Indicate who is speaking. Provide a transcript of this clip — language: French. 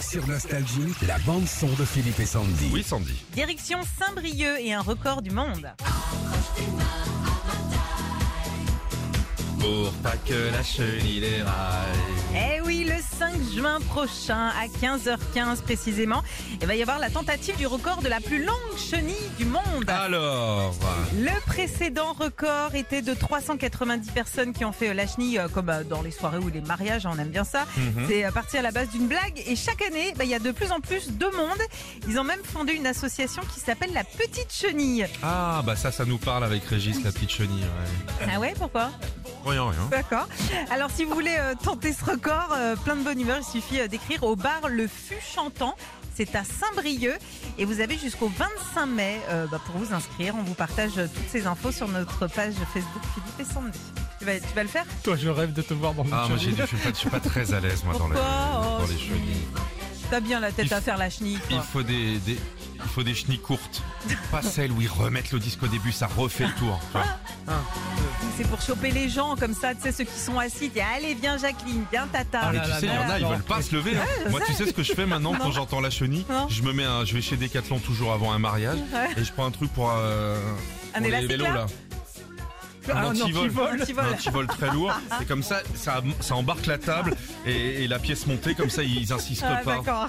Speaker 1: Sur Nostalgie, la bande-son de Philippe et Sandy.
Speaker 2: Oui, Sandy.
Speaker 3: Direction Saint-Brieuc et un record du monde.
Speaker 2: Pour pas que la chenille déraille.
Speaker 3: Eh oui, le 5 juin prochain à 15h15 précisément, il va y avoir la tentative du record de la plus longue chenille du monde.
Speaker 2: Alors,
Speaker 3: Le précédent record était de 390 personnes qui ont fait euh, la chenille, euh, comme euh, dans les soirées ou les mariages, hein, on aime bien ça.
Speaker 2: Mhm.
Speaker 3: C'est euh, parti à la base d'une blague et chaque année, bah, il y a de plus en plus de monde. Ils ont même fondé une association qui s'appelle la Petite Chenille.
Speaker 2: ah bah ça, ça nous parle avec Régis, la petite chenille. ouais.
Speaker 3: Ah ouais, pourquoi
Speaker 2: Rien, rien.
Speaker 3: D'accord. Alors, si vous voulez euh, tenter ce record, euh, plein de bonne humeur, il suffit euh, d'écrire au bar Le Fût Chantant. C'est à Saint-Brieuc et vous avez jusqu'au 25 mai euh, bah, pour vous inscrire. On vous partage euh, toutes ces infos sur notre page Facebook Philippe et Sandy. Tu vas, tu vas le faire
Speaker 4: Toi, je rêve de te voir dans une
Speaker 2: Ah, moi j'ai
Speaker 4: chenille.
Speaker 2: dit, je suis pas, je suis pas très à l'aise moi dans, les,
Speaker 3: Pourquoi
Speaker 2: dans
Speaker 3: Oh,
Speaker 2: les chenilles.
Speaker 3: T'as bien la tête
Speaker 2: Il
Speaker 3: à faire la chenille.
Speaker 2: Il
Speaker 3: Quoi.
Speaker 2: faut des, des- il faut des chenilles courtes, pas celles où ils remettent le disque au début, ça refait le tour. tu vois.
Speaker 3: C'est pour choper les gens comme ça, tu sais, ceux qui sont assis. Dis, allez, viens Jacqueline, viens Tata.
Speaker 2: Ah, mais
Speaker 4: là
Speaker 2: tu
Speaker 4: là,
Speaker 2: sais, il y en a, ils
Speaker 4: non.
Speaker 2: veulent pas se lever. hein.
Speaker 3: je
Speaker 2: Moi, tu sais ce que je fais maintenant quand
Speaker 3: Non.
Speaker 2: j'entends la chenille
Speaker 3: Non.
Speaker 2: Je me mets, un- je vais chez Decathlon toujours avant un mariage
Speaker 3: Ouais.
Speaker 2: et je prends un truc pour, euh,
Speaker 3: Un
Speaker 2: pour les
Speaker 3: élastique,
Speaker 2: vélos
Speaker 3: là
Speaker 2: là.
Speaker 4: Ah, un
Speaker 2: antivol.
Speaker 4: antivol.
Speaker 3: Antivol.
Speaker 2: Un petit vol très lourd. Et comme ça, ça, ça embarque la table et, et la pièce montée. Comme ça, ils insistent
Speaker 3: Ah,
Speaker 2: pas.
Speaker 3: D'accord.